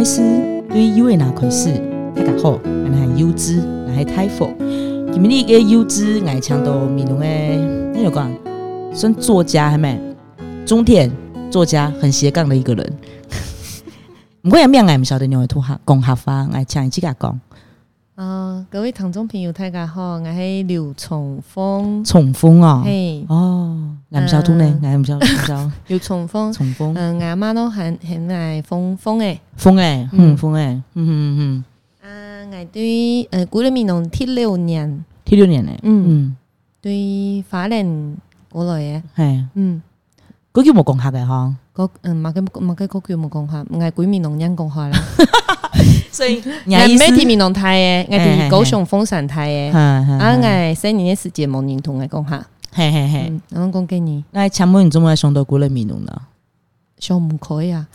医师对医卫哪回事？大家好，我系优知，我系 t y p h o 今日你嘅优知，我强到闽南诶，那有讲算作家系咪？中田作家很斜杠的一个人。唔过有咩我唔晓得，你会吐下讲下法，我请伊即个讲呃，各位听众朋友，大家好，我是刘崇峰，重风哦。嘿，哦，我唔晓得呢，我唔晓得，唔晓得刘崇峰，重 风嗯、呃，阿妈都很很爱峰峰诶，风诶，嗯风诶，嗯嗯嗯，啊，我对呃，古里面农第六年，第六年诶，嗯，嗯，对法兰过来诶，系，嗯， 嗰叫冇讲下嘅嗬。嗰嗯，马嘅马嘅嗰句冇讲下，我古面农人讲下啦，所 以，我意唔思系提面农台诶，我嘿嘿嘿是高雄风扇台诶，啊，啊我四年嘅时节冇人同我讲下，嘿嘿嘿，嗯，我讲给你，那请问你怎么上到古勒米侬呢？上唔可以啊，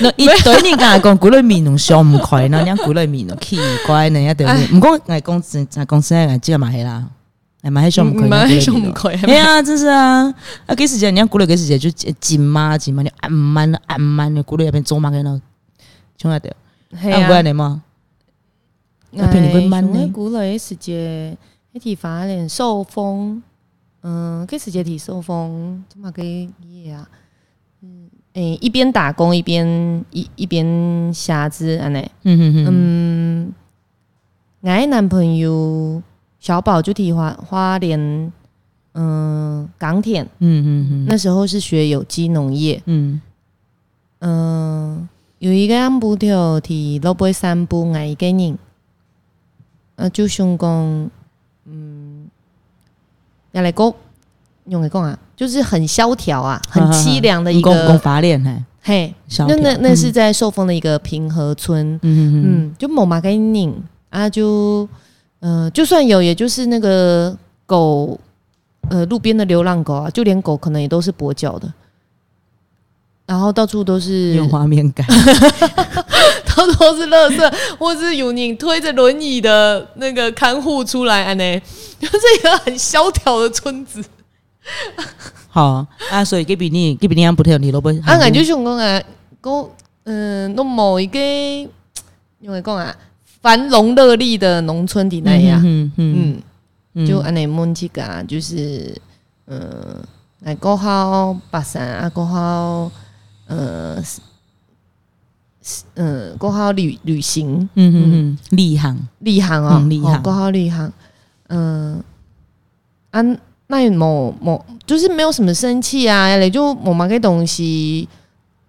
那一堆人讲讲古勒米侬上唔开呢，人家古勒米侬奇怪呢，一定唔讲我讲真，我讲真，我知道买起啦，哎买起上唔开，系上唔可以，哎呀，真是啊！啊，给时间，人家鼓励给时间就紧嘛紧嘛，你按慢按慢，你鼓励那边做嘛个呢？冲下掉，系按过来嘛。那平均班呢哎古雷时节，一提法连受风，嗯，给时节提受风，怎么给业啊？嗯，诶，一边打工一边一一边瞎子安内，嗯嗯嗯，嗯，俺男朋友小宝就提花花莲，嗯，港铁嗯嗯嗯那时候是学有机农业，嗯嗯，有一个按部条提落尾三步爱一个人，啊，就想讲，嗯，要来讲，用来讲啊，就是很萧条 啊，很凄凉的一公公个，法链嘿，嘿，小那那那是在寿丰的一个平和村，嗯嗯嗯嗯，就某马给拧啊，就，嗯、就算有，也就是那个狗，呃，路边的流浪狗啊，就连狗可能也都是跛脚的。然后到处都嗯，是有画面感。 到处都是垃圾，或是有你推着轮椅的那个看护出来，安呢， 就是一个很萧条的村子。好啊，所以给比你给比你按不跳你萝卜。啊，俺就想讲啊，讲嗯，弄某一个，因为讲啊，繁荣热力的农村底那样，嗯嗯嗯，嗯，就安尼问几个啊，就是嗯，来过好跋山啊，过好呃，是嗯，过好旅旅行，嗯嗯嗯立行，立行哦，嗯立行哦挂号立行，嗯、啊，那有某某就是没有什么生气啊，也就某某个东西，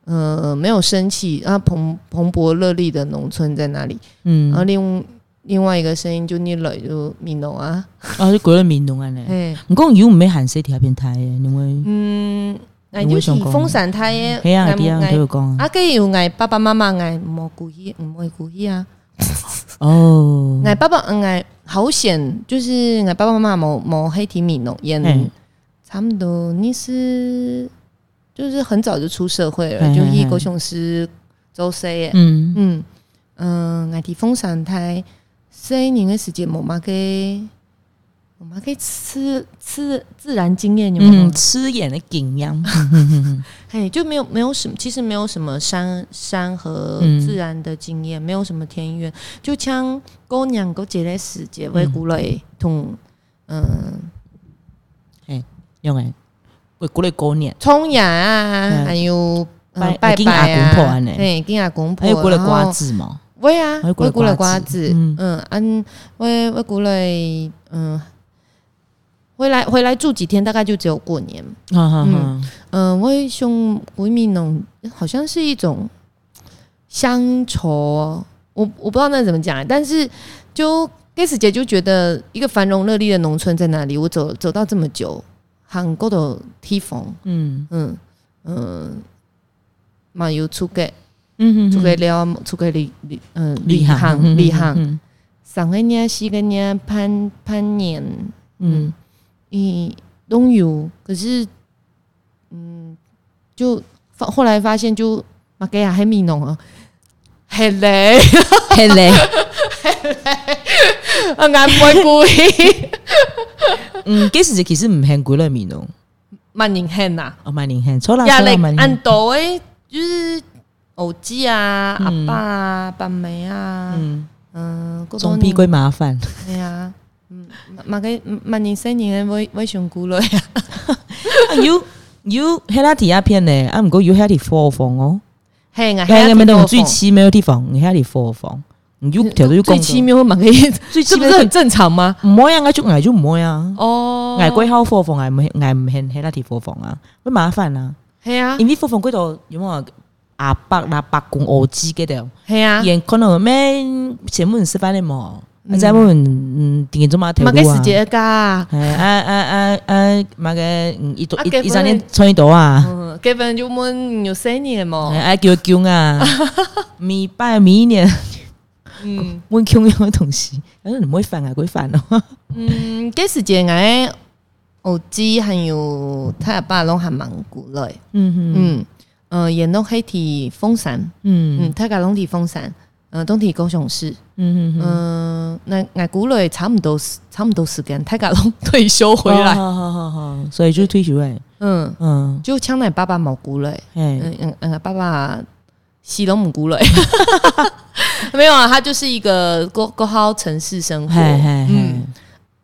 呃，没有生气啊，蓬蓬勃热力的农村在那里，嗯然，后另另外一个声音就你了就闽农啊，啊，就国人民农安嘞。哎，你讲有唔系限 C 条变态诶，因为嗯，那你为就是什么讲风扇胎耶，系啊，俺啲啊俺都有讲啊。啊，计有爱爸爸妈妈爱莫故意，唔会故意啊。哦，我爸爸，嗯，我好险，就是我爸爸妈妈某某黑提米农嘿也差不多，你是就是很早就出社会嘿了，嘿就嘿一高雄市周 C 耶，嗯嗯嗯，我提风扇台四年的时间，我妈给我妈给吃吃自然经验，有没有嗯，？吃眼的景样。嘿，就没有没有什么，其实没有什么山山和嗯自然的经验，没有什么田园，就像姑娘姑姐的时节嗯为古类同嗯用诶，我过来过年，冲芽啊，嗯还有呃拜拜跟阿拜公婆啊安尼，嘿，跟阿公婆，还有过来然后瓜子嘛，喂啊还有，过来喂古类瓜瓜子子，嗯，安喂喂古类，嗯，回来回来住几天，大概就只有过年。哈哈哈嗯，嗯，我会想维米农好像是一种乡愁哦，我我不知道那怎么讲，但是就 g 始姐就觉得一个繁荣热力的农村在哪里？我走走到这么久，韩国的地方，嗯嗯嗯，嘛有出给嗯出给了出给旅旅嗯厉旅害行旅行，嗯上个年西个年攀攀年，嗯嗯，拢有，可是，嗯，就发后来发现就马给亚黑米农啊，黑嘞，嘿嘞， 俺不会故意，嗯，其实其实唔限过来面咯，蛮宁汉呐，哦，蛮厉害，错啦，亚错力啦，蛮厉按害。斗诶，就是偶记啊、阿嗯爸啊、爸梅啊，嗯，嗯，过总多比年归麻烦。哎呀，嗯，嘛个嘛年生年我我上古了呀， 啊，you you 黑拉底鸦片呢？啊，唔过 you 黑底火风哦， 嘿啊，黑那个咩东最奇妙的地方，你黑底火风，你 you 条都最讲奇妙嘛个， 最这奇不妙是的很正常吗？唔好呀，啊我就挨就唔好呀。哦，挨归好火风，挨唔挨唔很黑拉底火风啊，会麻烦啊。嘿啊，因为火风嗰度有冇阿伯啦、白公俄子嗰度，嘿啊，然可能咩前门示范的啊冇，嗯再问嗯电做嘛条嘛个路时啊。节噶，哎啊啊啊啊！嘛个嗯一多啊一结婚一三年穿到啊，嗯，基本就问有生年哎嘛，啊叫叫啊，米拜米年嗯问叫样的东西，但是你不会烦啊，不会烦哦。嗯，个时节哎，偶记还有他阿爸拢还蛮古了，嗯嗯嗯，呃，也弄黑体风扇，嗯嗯，他个拢体风扇，嗯，拢体高雄市。嗯嗯，嗯，那那古类差不多时差不多时间，泰嘎龙退休回来，好好好好，所以就退休哎，嗯，嗯就像奶爸爸毛古类，哎嗯嗯嗯，爸爸西龙母古类， 没有啊，他就是一个过过好城市生活，嗨嗨嗨嗯，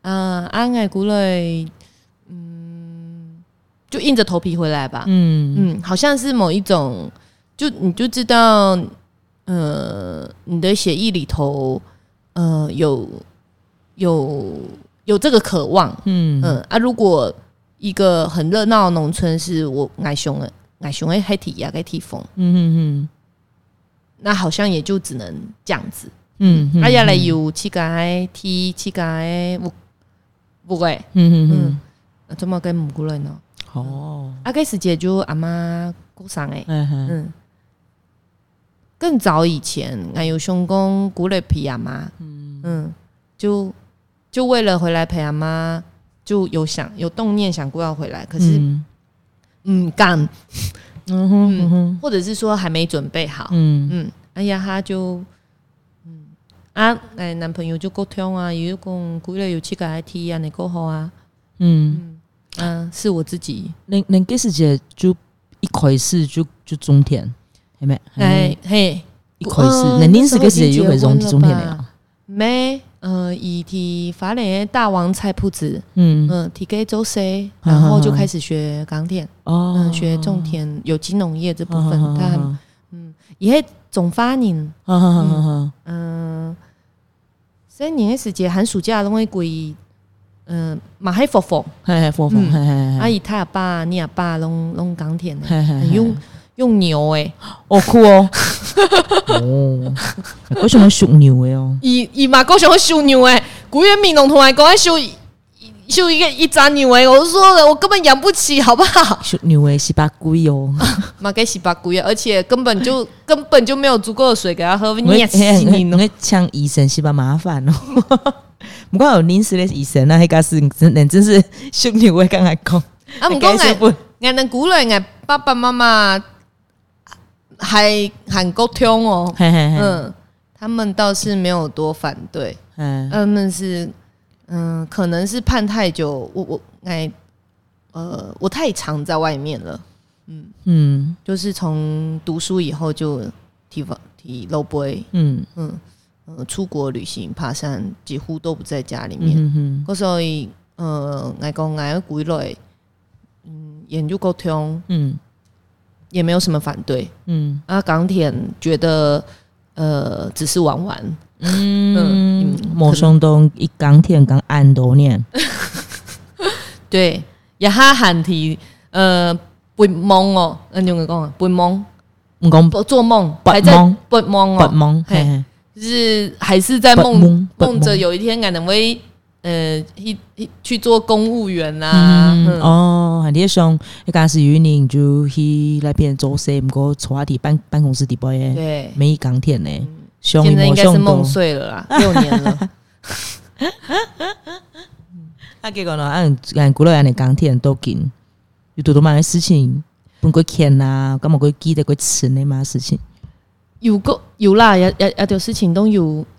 嗯，啊，奶古类，嗯，就硬着头皮回来吧，嗯嗯，好像是某一种，就你就知道，呃，你的血液里头，呃，有有有这个渴望，嗯嗯、嗯啊，如果一个很热闹的农村是我矮熊的矮熊的黑体呀，黑体风，嗯那好像也就只能这样子。嗯嗯，啊，下来有七个踢七个五五个，嗯嗯啊怎么跟母姑人呢？嗯，哦，啊，开始解就阿妈过生诶。哎嗨，嗯，更早以前，俺有兄公古磊皮阿妈，嗯就就为了回来陪阿妈，就有想有动念想过要回来，可是嗯嗯干，嗯哼嗯哼或者是说还没准备好，嗯嗯，哎呀他就嗯啊，哎男朋友就沟通啊，有讲古磊有七个 IT 啊，你过后啊，嗯。嗯、是我自己，恁恁几时节就一开始就就种田，系咪？哎，嘿。一开始，恁呃那恁时是候几时已经就开始种结种婚了田了？没，呃，以提法莲的大王菜铺子，嗯，嗯，提给周 C，嗯然后就嗯嗯开始学港点，哦嗯，学种田、有机农业这部分，嗯他也总发年，嗯嗯嗯，所以年的时节寒暑假拢会归，嗯，马黑佛佛，嘿嘿，火风，嗯嘿嘿阿嘿姨他阿爸、你阿爸拢拢港点的，嘿嘿，嘿用用牛诶，哦酷哦，哦，我想要属牛的哦，伊伊嘛够想要收牛诶，古月闽农同来讲要收收一个一扎牛诶，我就说了，我根本养不起，好不好？ 属牛的是八龟哦，马给洗把骨而且根本就 根本就没有足够的水给他喝，我你也死你我 哦！我呛医生是吧麻烦哦。不过有临时的医生啊，那个是真的真是属牛的刚才讲，啊，不过介俺绍不俺能鼓励俺爸爸妈妈还喊够听哦，嘿嘿嘿，嗯，他们倒是没有多反对，嗯。他们是嗯，可能是盼太久，我我俺呃，我太常在外面了，嗯就是从读书以后就提防提 low boy，嗯嗯呃，出国旅行、爬山几乎都不在家里面。嗯嗯嗰所以，呃，爱讲爱归类，嗯，研究沟通嗯也没有什么反对。嗯啊，港铁觉得，呃，只是玩玩，嗯，莫松东一港铁港安多念，对，也哈喊题，呃，不梦哦，嗯，用个讲啊，不梦，唔讲不做梦，嗯不还在梦不梦白哦，蒙，嘿哎嘿就是还是在不梦梦不梦着梦有一天可能会，呃，一一去做公务员呐、啊，嗯嗯哦，很厉想，一开始有人就去那边做事，唔过坐喺办办公室底部耶，对，嗯没港铁呢，上现在应莫该是松梦东，碎了 啦，六年了。啊结果呢，按按古老人的港铁都紧，有多多蛮的事情，本过欠啊，咁么过记得过吃呢嘛事情，有够有啦，也也也有事情都有。嗯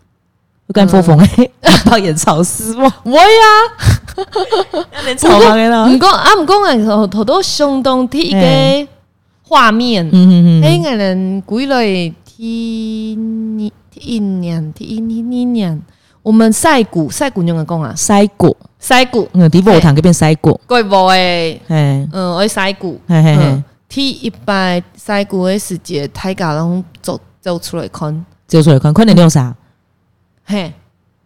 我干破风诶，把也吵死我，我呀，连草房的啦。毋过啊，毋过诶，好好多相当睇一嘿个画 面，嗯嗯嗯，迄个人几类睇年睇一年睇一年一年，我们赛鼓赛鼓用个讲啊，塞果，赛鼓嗯，底部糖这边塞果，贵无诶，嘿，嗯，我赛鼓，嘿嘿嘿嗯，，睇一摆赛鼓诶时节，大家拢走走出来看，就出来看，快点用啥？嘿，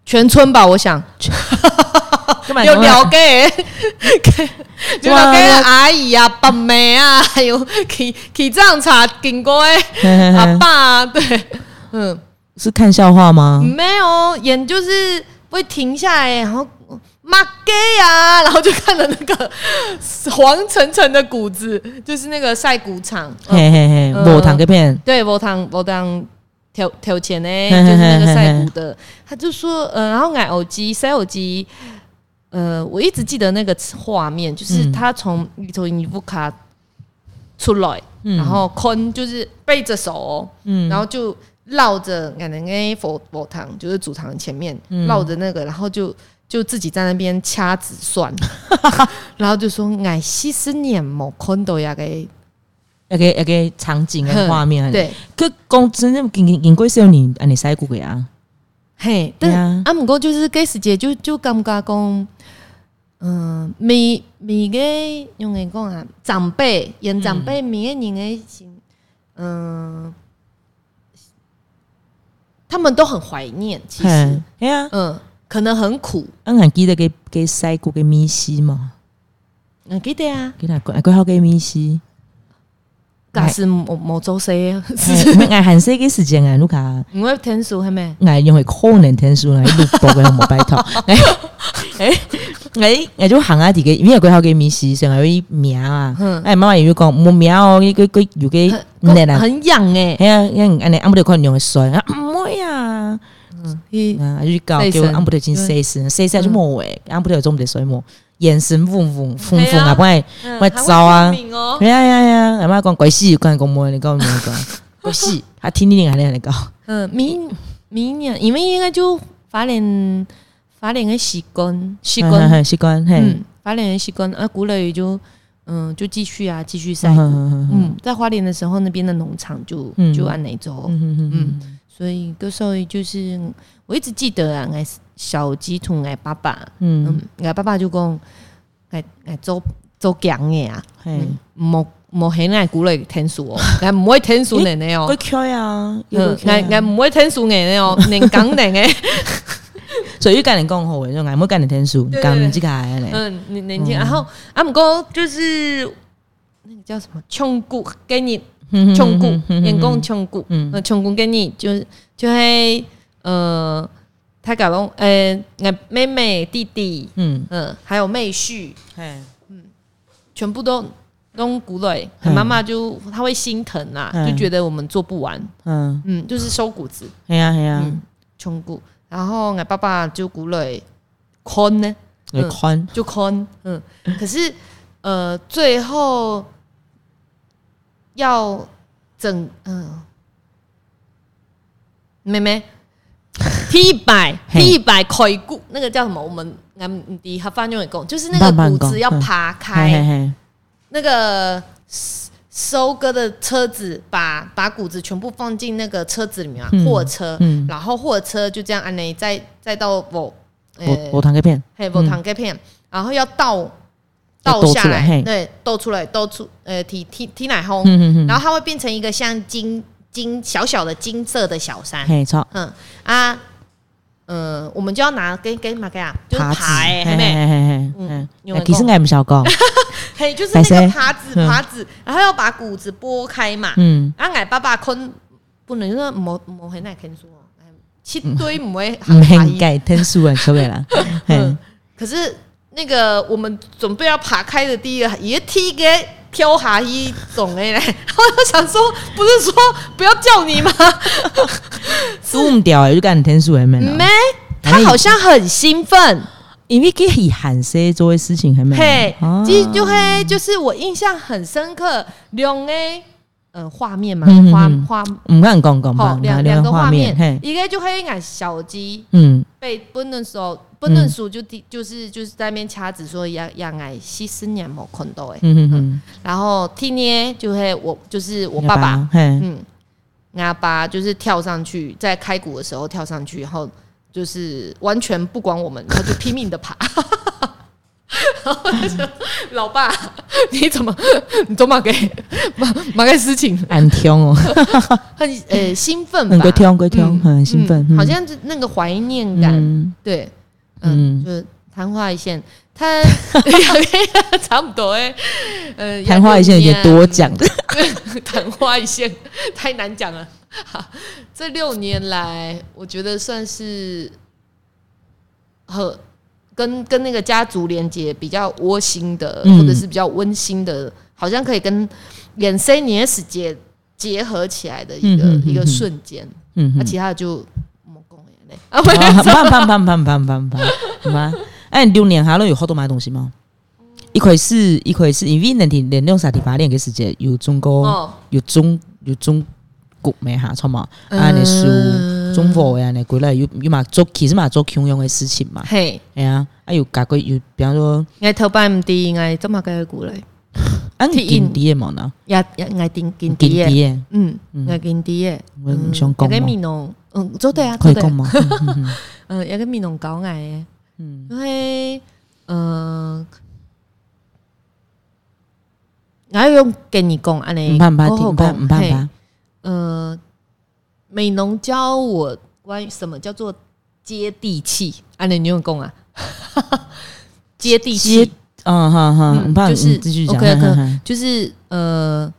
全村吧，我想根本有了解的， 有了解的阿姨啊、伯妹啊，还有去去藏茶经过诶。嘿嘿阿嘿爸、 啊，对，嗯， 是看笑话吗？没有，眼就是会停下来，然后嗯妈给呀，啊然后就看着那个黄澄澄的谷子，就是那个晒谷场，嗯、嘿嘿嘿，嗯无糖这边，对，我当我当挑挑钱呢， 嘿就是那嘿个嘿晒谷的，他就说，呃，然后矮偶机，塞偶机。呃，我一直记得那个画面，就是嗯他从里头尼布卡出来，嗯然后坤就是背着手、哦，嗯然后就绕着可能哎佛佛堂就是主堂前面嗯绕着那个，然后就就自己在那边掐指 算，然后就说哎西斯年某坤都要给一个一个场景跟画面，，嗯啊对可讲真正经经经过少年，安尼塞过个啊，嘿，对啊但阿姆哥就是给时节就就感觉讲。嗯，每每个用来讲啊，长辈，因长辈每个人的心，嗯，他们都很怀念，其实嘿，，嘿啊，嗯，可能很苦，俺还记得给给塞过个米西嘛，嗯，记得啊，给他过过好个米 西，噶是某某周谁？嘿俺韩式个时间啊，卢卡。因为天数系咩？我因为可能天数来录播嘅，我拜托。 哎哎哎，就行啊！自己因为佢好嘅面试上有啲名啊嗯，哎媽媽又要講冇名哦，呢佢佢有嘅 叻很啦，很痒哎，係啊，因為你啱唔到可能用嘅水啊，唔會啊，一啊，就教細叫聲啱唔到先細聲，細聲就冇誒，啱唔到中唔到水冇，眼神嗡嗡嗡嗡啊，不係，嗯我走啊，哦係啊係啊係啊，阿媽講鬼事，講講冇，你講冇講鬼事，他天天係你講，嗯，明明年因为应该就法联法联的习惯习惯，係習慣係，嗯，法联的习惯啊，古乐语就嗯就继续啊，继续晒。嗯嗯，在花莲的时候，那边的农场就嗯就按那周，嗯嗯。所以歌手就是我一直记得啊，俺小鸡兔俺爸爸，嗯嗯，，我爸爸就讲，哎哎，做做强的啊，嘿，无无很爱鼓励天数哦， 俺唔会天数人的哦鬼，开啊，嗯俺俺俺唔会天数人的 哦，人讲人的，所以跟人讲好诶，就俺冇跟人听书，对对讲这个嘞，嗯，年年轻，然后啊，唔过就是那个叫什么穷骨给你穷骨，员工穷骨，嗯嗯，穷骨给你就是就会呃，他搞讲，呃，俺妹妹弟弟，嗯，嗯，还有妹婿，嘿，全部都都鼓垒，嗯妈妈就她会心疼啦，嗯就觉得我们做不完，嗯，嗯，就是收谷子，系啊系啊嗯，，穷谷。然后俺爸爸就鼓垒坤呢，你看，就坤，嗯，可是呃，最后要整嗯、妹妹。T 百嘿 T 百开骨，那个叫什么？我们嗯俺们的盒饭用也讲，就是那慢慢个谷讲子要嗯爬开，嘿嘿嘿，那个收收割的车子把把谷子全部放进那个车子里面、啊嗯货车，嗯然后货车就这样安内再再到我呃我我弹个片，嘿我糖给片，然后要倒嗯要倒倒下出来来，嘿对，倒出来，倒出呃提提提奶烘，嗯嗯然后它会变成一个像金金小小的金色的小山嗯，，嘿，错，嗯啊。嗯，我们就要拿跟跟马盖啊，就是耙子，爬哎、嘿欸，妹，嘿嗯嘿用来嘿，其实讲俺唔少 讲，嘿，就是那个白色耙子，嗯耙子，然后要把谷子拨开嘛，嗯，啊，俺爸爸困不能说无无很难肯说，哎七嗯堆唔会唔阿应姨。该听书啊，所谓啦，嘿嗯，可是那个我们准备要爬开的第一个也踢给挑下一种哎嘞， 然后就想说不是说不要叫你吗？输唔掉诶，就跟人听书诶，咩没啦，，他好像很兴奋，因为佮以韩式做诶事情系咩？嘿啊，其实就会就是我印象很深刻，两个呃画面嘛嗯嗯，画嗯画唔敢讲讲好吧，两拿两那个个画画面，嘿面，。一个就会俺小鸡嗯，被本能说，本能说就第就是就是在那边掐指说要要爱西斯年某看到诶，嗯嗯嗯，然后天呢就会我就是我你爸爸，，嘿，嗯，阿爸就是跳上去，在开鼓的时候跳上去，然后就是完全不管我们，然后就拼命的爬。然后我就老爸，你怎么你走马给马马给事情暗听哦， 很呃、兴奋嗯，吧？归听归听，嗯很兴奋，嗯嗯好像是那个怀念感，嗯对，嗯，嗯就是昙花一现，他差不多哎，呃，昙花一现也多。多讲， 昙花一现，太难讲了。 好，这六年来，我觉得算是和跟跟那个家族连接比较窝心的，嗯或者是比较温馨的，好像可以跟眼 C 年时节结合起来的一个、嗯嗯嗯嗯一个瞬间。嗯那、哼，其他的就莫讲了嘞。啊，不啊棒棒棒棒棒棒棒，好吗？哎，你六年还能有好多买东西吗？一块是一块是，因为那天连用啥地方连个世界有中国 哦，有中有中国没哈，错嘛？啊，你输中国呀，你过来有有嘛做，其实嘛做穷用的事情嘛，呃嘿，哎呀，啊有搞过有，比方说爱头摆唔低，爱怎么个鼓励？啊，体验金碟嘛呢，也也爱定金金的，碟，嗯嗯，爱金的。我唔想讲有个嘛，面容，嗯，做对啊，可做以对讲啊，嘛，嗯，有个面容搞矮的，嗯，因为，嗯，我用跟你讲安尼，唔怕唔怕，我好唔怕讲唔怕嘿唔怕，呃，美农教我关于什么叫做接地气，安尼你用讲啊， 接地接气，嗯哈哈，嗯唔怕，就是你继续讲 OK，OK 哈哈哈就是呃。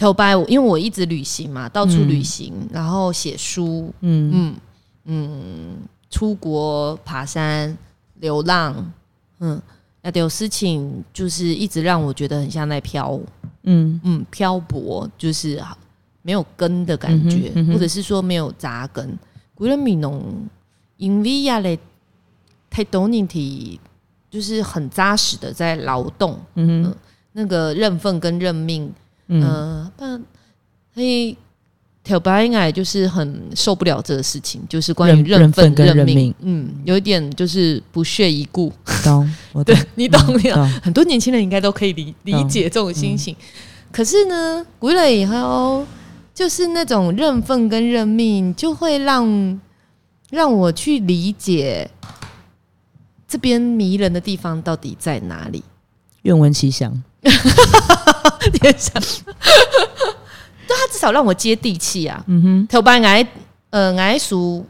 头白，因为我一直旅行嘛，到处嗯旅行，然后写书，嗯。嗯嗯，出国爬山、流浪，嗯，那有事情就是一直让我觉得很像在漂，嗯嗯，漂泊，就是没有根的感觉，嗯哼嗯哼或者是说没有扎根。古勒米农因为亚嘞，太懂你体，就是很扎实的在劳动，嗯哼那个认份跟认命，嗯嗯，但嘿，挑白应该就是很受不了这个事情，就是关于认认份份跟认认命嗯嗯，有一点就是不屑一顾。懂我对啊懂，你懂，你懂，懂，很多年轻人应该都可以理理懂解这种心情。可是呢，回来以后，就是那种认份跟认命，就会让让我去理解这边迷人的地方到底在哪 里。愿闻其详。也想，但他啊至少让我接地气啊。嗯哼，头班癌呃癌属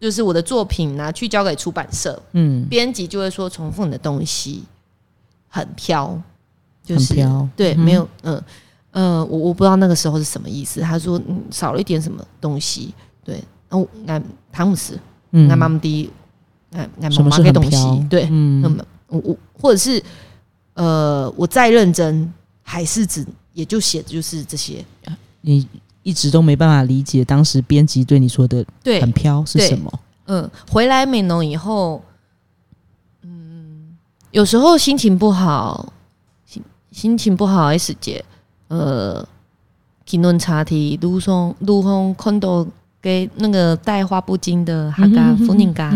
就是我的作品拿去交给出版社，嗯，编辑就会说重复你的东西很飘，就很是飘，对，嗯没有嗯嗯、呃我我不知道那个时候是什么意思。他说嗯少了一点什么东西，对，哦，俺汤姆斯，嗯俺妈妈的，俺俺什妈么妈是给很东西飘？，对，那嗯么我我或者是呃，我再认真，还是只也就写的就是这些。你一直都没办法理解当时编辑对你说的对很飘是对什么。嗯，回来美农以后，嗯，有时候心情不好，心心情不好，S 姐，呃，评论查题，卢松卢红看到给那个带花布巾的哈嘎福宁嘎，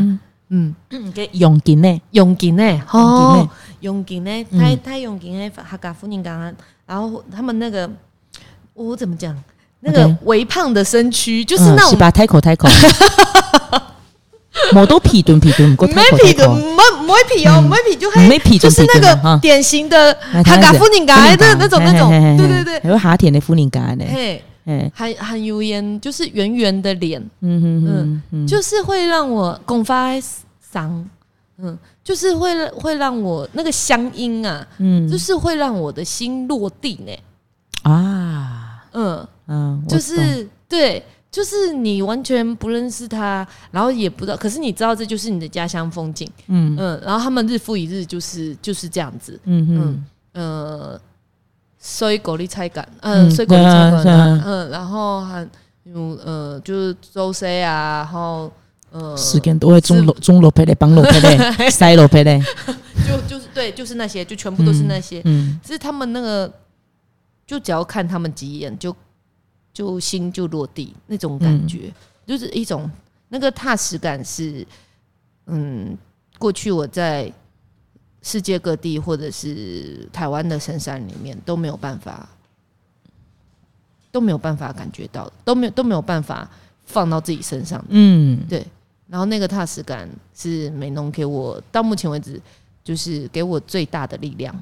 嗯，嗯，给用劲呢，用劲呢，用哦，用劲呢，嗯太太用劲呢，哈嘎福宁嘎，然后他们那个我怎么讲，那个 OK 微胖的身躯，就是嗯那种是吧？太口太 口，我都劈蹲劈蹲，过没太口皮太的，口，没没皮哦，嗯没皮就嗯还没劈就蹲是劈那蹲了个哈。典型的哎他这嘎样子夫宁嘎的那种嘿那嘿种嘿嘿，对嘿对对，还有哈甜的福宁感呢，嘿，哎，很很油烟，就是圆圆的脸，嗯哼哼嗯，就是会让我拱发伤，嗯，就是会会让我那个乡音啊，嗯就是会让我的心落地呢，啊，嗯，嗯，我就懂是对。就是你完全不认识他，然后也不知道，可是你知道这就是你的家乡风景，嗯嗯，然后他们日复一日就是就是这样子，嗯嗯哼，呃，所以狗力菜感，嗯，嗯所以狗力菜感对啊啊，嗯，然后还有呃，就是周 C 啊，然后呃，时间都会中楼中楼配嘞，帮楼配 嘞，塞楼配嘞，就就是对，就是那些，就全部都是那些，嗯只是他们那个，就只要看他们几眼，就就心就落地那种感觉，就是一种那个踏实感是嗯，过去我在世界各地或者是台湾的深山里面都没有办法，都没有办法感觉到，都没有都没有办法放到自己身上。嗯，对，然后那个踏实感是美农给我到目前为止就是给我最大的力量。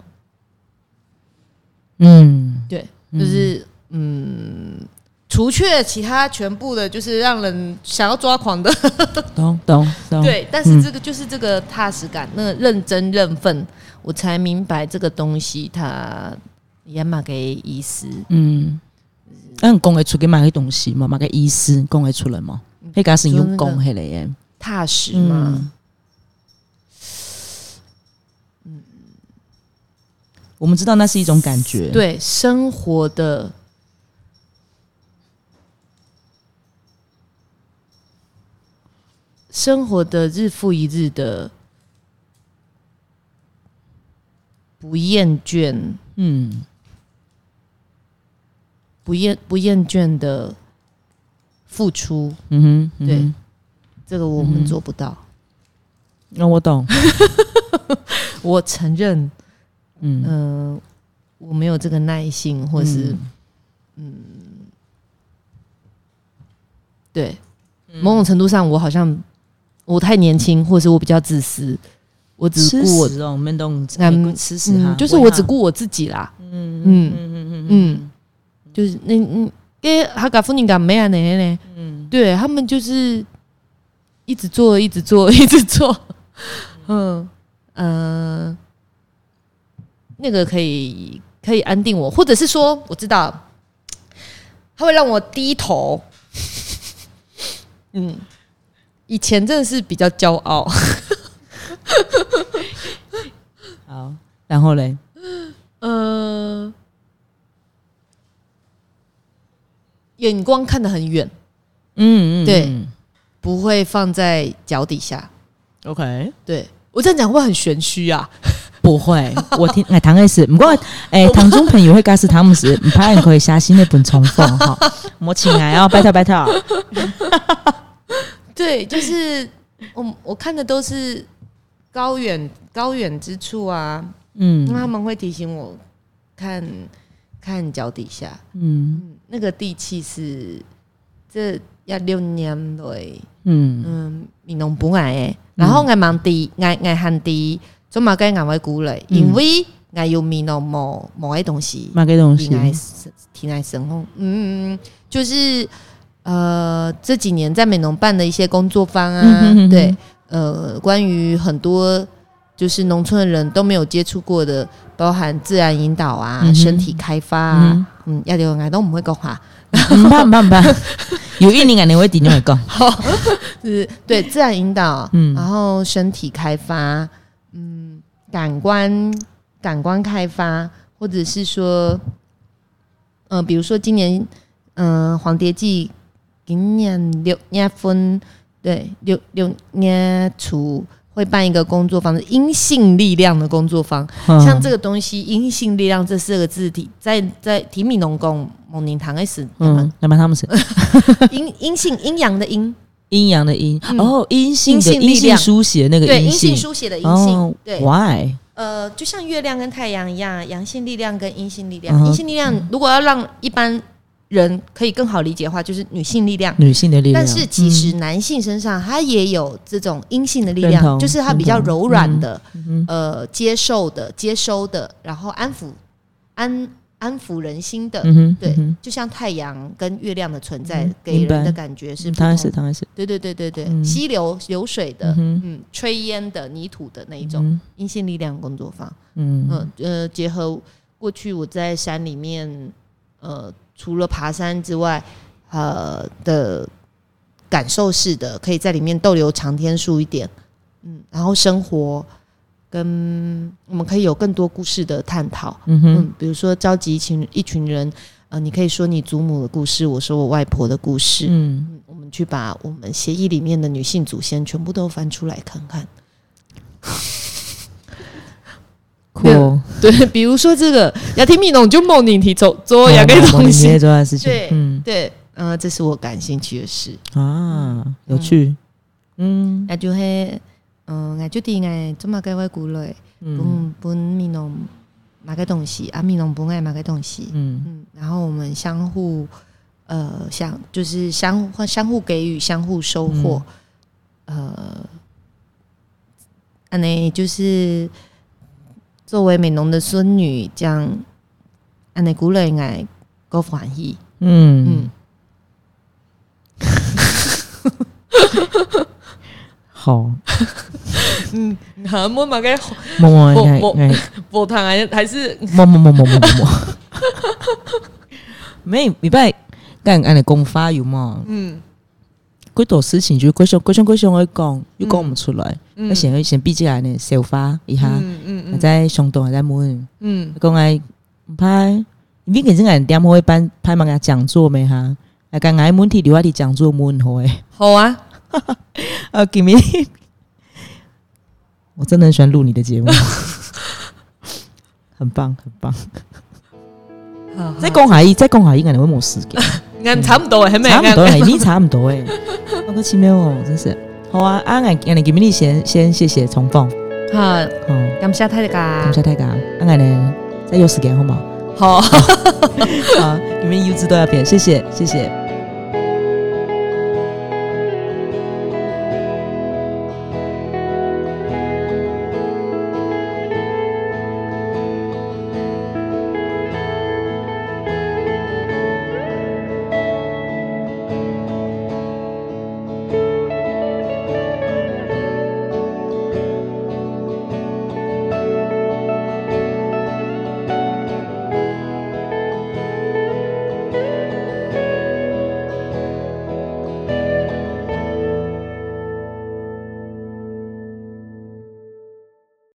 嗯，对，就是嗯除却其他全部的，就是让人想要抓狂的，懂懂懂，，对。但是这个就是这个踏实感，那个认真认份，我才明白这个东西它也嘛给意思。嗯，咱讲会出去买迄东西嘛，买个意思讲会出来嘛，嗯迄个是用讲迄个耶，踏实嘛，嗯嗯我们知道那是一种感觉，，对生活的生活的日复一日的不厌倦，嗯不厌不厌倦的付出，嗯哼，嗯哼对，这个我嗯们做不到。那哦我 懂，我承认，嗯，嗯、我没有这个耐心，或是嗯对，某种程度上，我好像我太年轻，或是我比较自私，我只吃顾我，屎哦，我们懂，嗯吃屎哈嗯，，就是我只顾我自己啦，嗯嗯嗯嗯，就是那嗯，给哈嘎夫尼嘎梅啊那呢，嗯，对他们就是一直做，一直做，一直做， 嗯呃，那个可以可以安定我，或者是说我知道，它会让我低头，嗯，以前真的是比较骄傲，好，然后嘞，呃，眼光看得很远，嗯嗯，对不会放在脚底下。 ，OK，对我这样讲会不会很玄虚啊？不 会，我听哎，唐 S，不过哎，唐中朋友会告诉他们是，唔怕你可以写信那本重复 哈，我请来哦，拜托拜托，对，就是我我看的都是高远高远之处啊，嗯那他们会提醒我看看脚底下，嗯嗯，那个地气是这要六年欸来。嗯嗯，闽南本来诶，然后爱忙地，爱爱旱地，做嘛该爱会鼓励，嗯因为爱有闽南某某些东西，买个东西挺，爱挺爱生活。嗯，就是呃这几年在美农办的一些工作坊啊，嗯哼哼哼对，呃，关于很多就是农村的人都没有接触过的，包含自然引导啊、嗯哼身体开发啊，嗯，要留爱都唔会讲话，唔怕唔怕唔 怕，有一年肯啊定会点会讲，就是对自然引导，嗯然后身体开发，嗯，感官感官开发，或者是说，呃，比如说今年，嗯、黄蝶季，今年六年分，对，六六年初会办一个工作坊，阴性力量的工作坊，嗯像这个东西，阴性力量这四个字体，在在提米农工蒙宁堂 S，嗯嗯，，那么他们是阴阴性阴阳的阴，阴阳的阴，哦，阴性嗯阴的性力阴性量书写那个对，阴阴性性，书写的阴性，哦对。 ，Why？呃，就像月亮跟太阳一样，阳性力量跟阴性嗯力量。哼阴性力量如果要让一般人可以更好理解的话，就是女性力量。女性的力量，嗯但是其实男性身上他也有这种阴性的力认量，同就是他比较认同柔软的，嗯呃，接受的、接收的，然后安抚、安安抚人心的。嗯哼，对，嗯哼就像太阳跟月亮的存在嗯给明白人的感觉是不当同然是，当然是，对对对对对，嗯溪流流水的嗯，哼嗯，炊烟的、泥土的那一种嗯阴性力量工作坊。嗯嗯呃，结合过去我在山里面，呃，除了爬山之外，呃的感受式的，可以在里面逗留长天数一点，嗯，然后生活跟我们可以有更多故事的探讨，嗯哼，嗯，比如说召集一群一群人，呃，你可以说你祖母的故事，我说我外婆的故事，嗯，嗯，我们去把我们协议里面的女性祖先全部都翻出来看看。对酷。 对，比如说这个雅婷米农就梦你提走哦做雅个某东年也西，做的事情，对嗯 对，呃，这是我感兴趣的事，啊，有趣，嗯那就嘿，嗯，我就第一爱这么个外国类，嗯本本米农买个东西，啊米农不爱买个东西，嗯嗯，然后我们相互呃相就是相互相互给予，相互收获，呃，安内就是作为美农的孙女，这样安内古勒应该够欢 喜，嗯嗯，好，啊，摸马该摸摸我哎我哎波汤还还是摸摸摸摸摸摸，没礼拜干安尼讲法有嘛？嗯几多事情就是各种各种各种爱讲，又讲唔出来，嗯我先先闭起来呢，小发一下，嗯嗯还在上动还在问，嗯讲哎唔拍，你肯定俺点会办拍嘛个讲座没哈？啊，讲俺问题留我伫讲座问好诶。好啊，啊，给明，我真的很喜欢录你的节目，很棒，很棒。再这讲下伊，再讲下伊，可能会没时间，俺差不多，还没差不多哎，你差不多哎，好个奇妙哦，真是。好啊，啊，俺俺给明你先先谢谢重逢，好，好，感谢大感家，谢大家，啊，俺呢再有时间好吗？好。好，给明优质都要变，谢谢，谢谢。